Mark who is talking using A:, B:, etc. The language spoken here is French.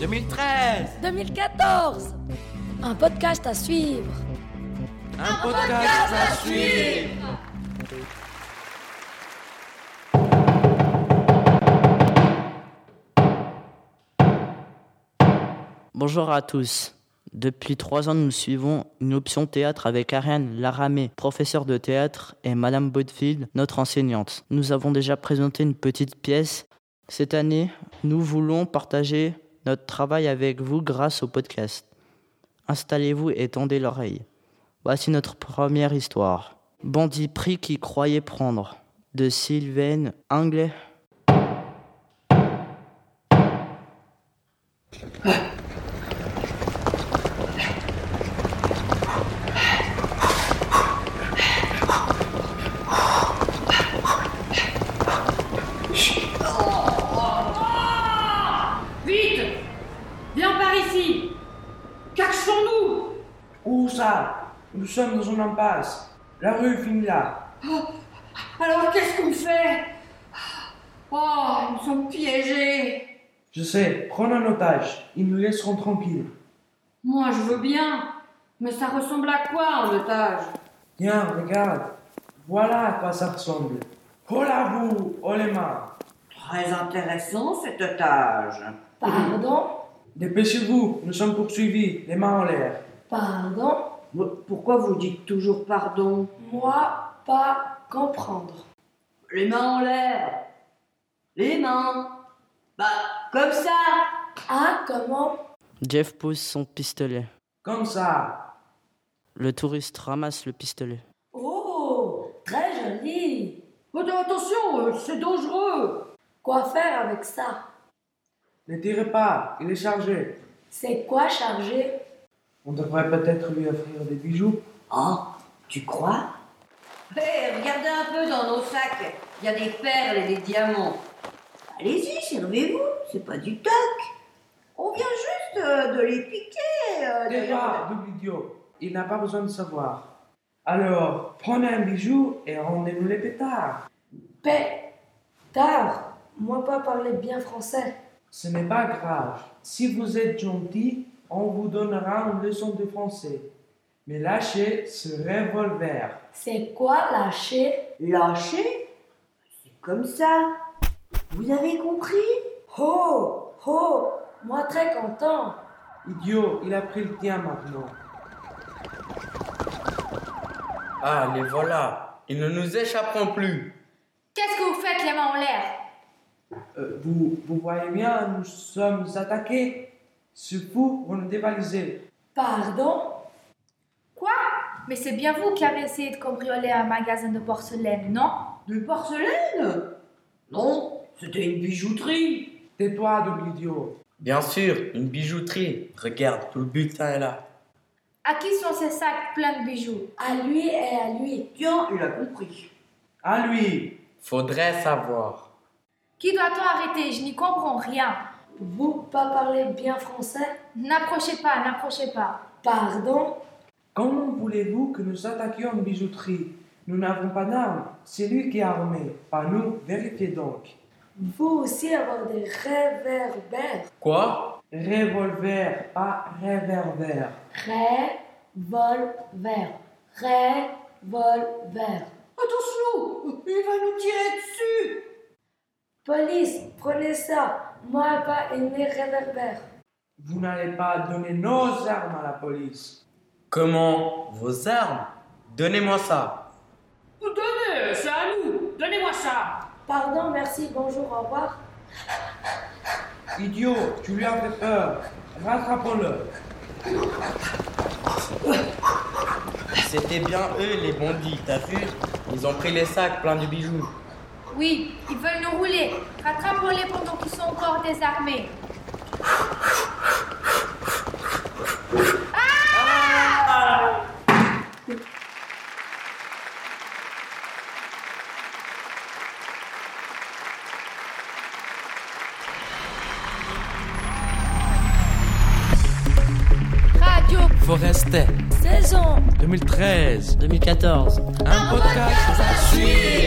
A: 2013
B: 2014 Un podcast à suivre
A: Un,
C: Ah,
A: podcast à suivre
D: Bonjour à tous. Depuis trois ans, nous suivons une option théâtre avec Ariane Laramé, professeure de théâtre, et Madame Bodfield, notre enseignante. Nous avons déjà présenté une petite pièce. Cette année, nous voulons partager notre travail avec vous grâce au podcast. Installez-vous et tendez l'oreille. Voici notre première histoire. Bandit pris qui croyait prendre, de Sylvain Anglais.
E: Vite Viens par ici Cachons-nous
F: Où ça Nous sommes dans une impasse. La rue finit là.
E: Alors qu'est-ce qu'on fait Oh, nous sommes piégés
F: Je sais, prends un otage. Ils nous laisseront tranquilles.
E: Moi je veux bien, mais ça ressemble à quoi un otage
F: Tiens, regarde. Voilà à quoi ça ressemble. Oh la vous Oh les mains
G: Très intéressant cet otage.
B: Pardon
F: Dépêchez-vous, nous sommes poursuivis, les mains en l'air.
B: Pardon
G: Vous- Pourquoi vous dites toujours pardon
B: Moi, pas comprendre.
G: Les mains en l'air. Les mains. Bah, comme ça.
B: Ah, comment
D: Jeff pose son pistolet.
F: Comme ça.
D: Le touriste ramasse le pistolet.
B: Oh, très joli
E: Oh, Attention, euh, c'est dangereux
B: Quoi faire avec ça
F: Ne tirez pas, il est chargé.
B: C'est quoi charger
F: On devrait peut-être lui offrir des bijoux.
G: Ah, tu crois Hé, regardez un peu dans nos sacs. Il y a des perles et des diamants. Allez-y, servez-vous. C'est pas du toc. On vient juste euh, de les piquer. euh,
F: Tirez
G: de-
F: pas, double idiot. Il n'a pas besoin de savoir. Alors, prenez un bijou et rendez-nous les pétards.
B: Paix Tard Moi, pas parler bien français.
F: Ce n'est pas grave. Si vous êtes gentil, on vous donnera une leçon de français. Mais lâchez ce revolver.
B: C'est quoi lâcher
G: Lâcher C'est comme ça. Vous avez compris
B: Oh, oh Moi, très content
F: Idiot, il a pris le tien maintenant.
C: Ah, les voilà. Ils ne nous échapperont plus.
E: Qu'est-ce que vous faites les mains en l'air
F: Euh, vous, vous voyez bien, nous sommes attaqués. Ce fou, vous nous dévalisez.
B: Pardon
H: Quoi Mais c'est bien vous qui avez essayé de cambrioler un magasin de porcelaine, non
G: De porcelaine Non, c'était une bijouterie.
F: Tais-toi, double idiot.
C: Bien sûr, une bijouterie. Regarde, tout le butin est là.
H: À qui sont ces sacs pleins de bijoux
B: À lui et à lui.
G: Tiens, il a compris.
F: À lui.
C: Faudrait savoir.
H: Qui doit-on arrêter Je n'y comprends rien.
B: Vous, pas parler bien français
H: N'approchez pas, n'approchez pas.
B: Pardon
F: Comment voulez-vous que nous attaquions une bijouterie Nous n'avons pas d'armes. C'est lui qui est armé. Pas nous. Vérifiez donc.
B: Vous aussi avoir des réverbères.
C: Quoi
F: Revolver, pas réverbère.
B: Révolver. Révolver.
G: Attention, il va nous tirer dessus.
B: Police, prenez ça. Moi, pas une réverbère.
F: Vous n'allez pas donner nos armes à la police.
C: Comment Vos armes Donnez-moi ça.
E: Donnez, c'est à nous Donnez-moi ça
B: Pardon, merci, bonjour, au revoir.
F: Idiot, tu lui as fait peur. Rattrapons-le.
C: C'était bien eux, les bandits, t'as vu Ils ont pris les sacs pleins de bijoux.
H: Oui, ils veulent nous rouler. Rattrapons-les pendant qu'ils sont encore désarmés. Radio
A: Forestet
B: Saison
A: 2013
D: 2014.
C: Ah,
A: Un podcast à suivre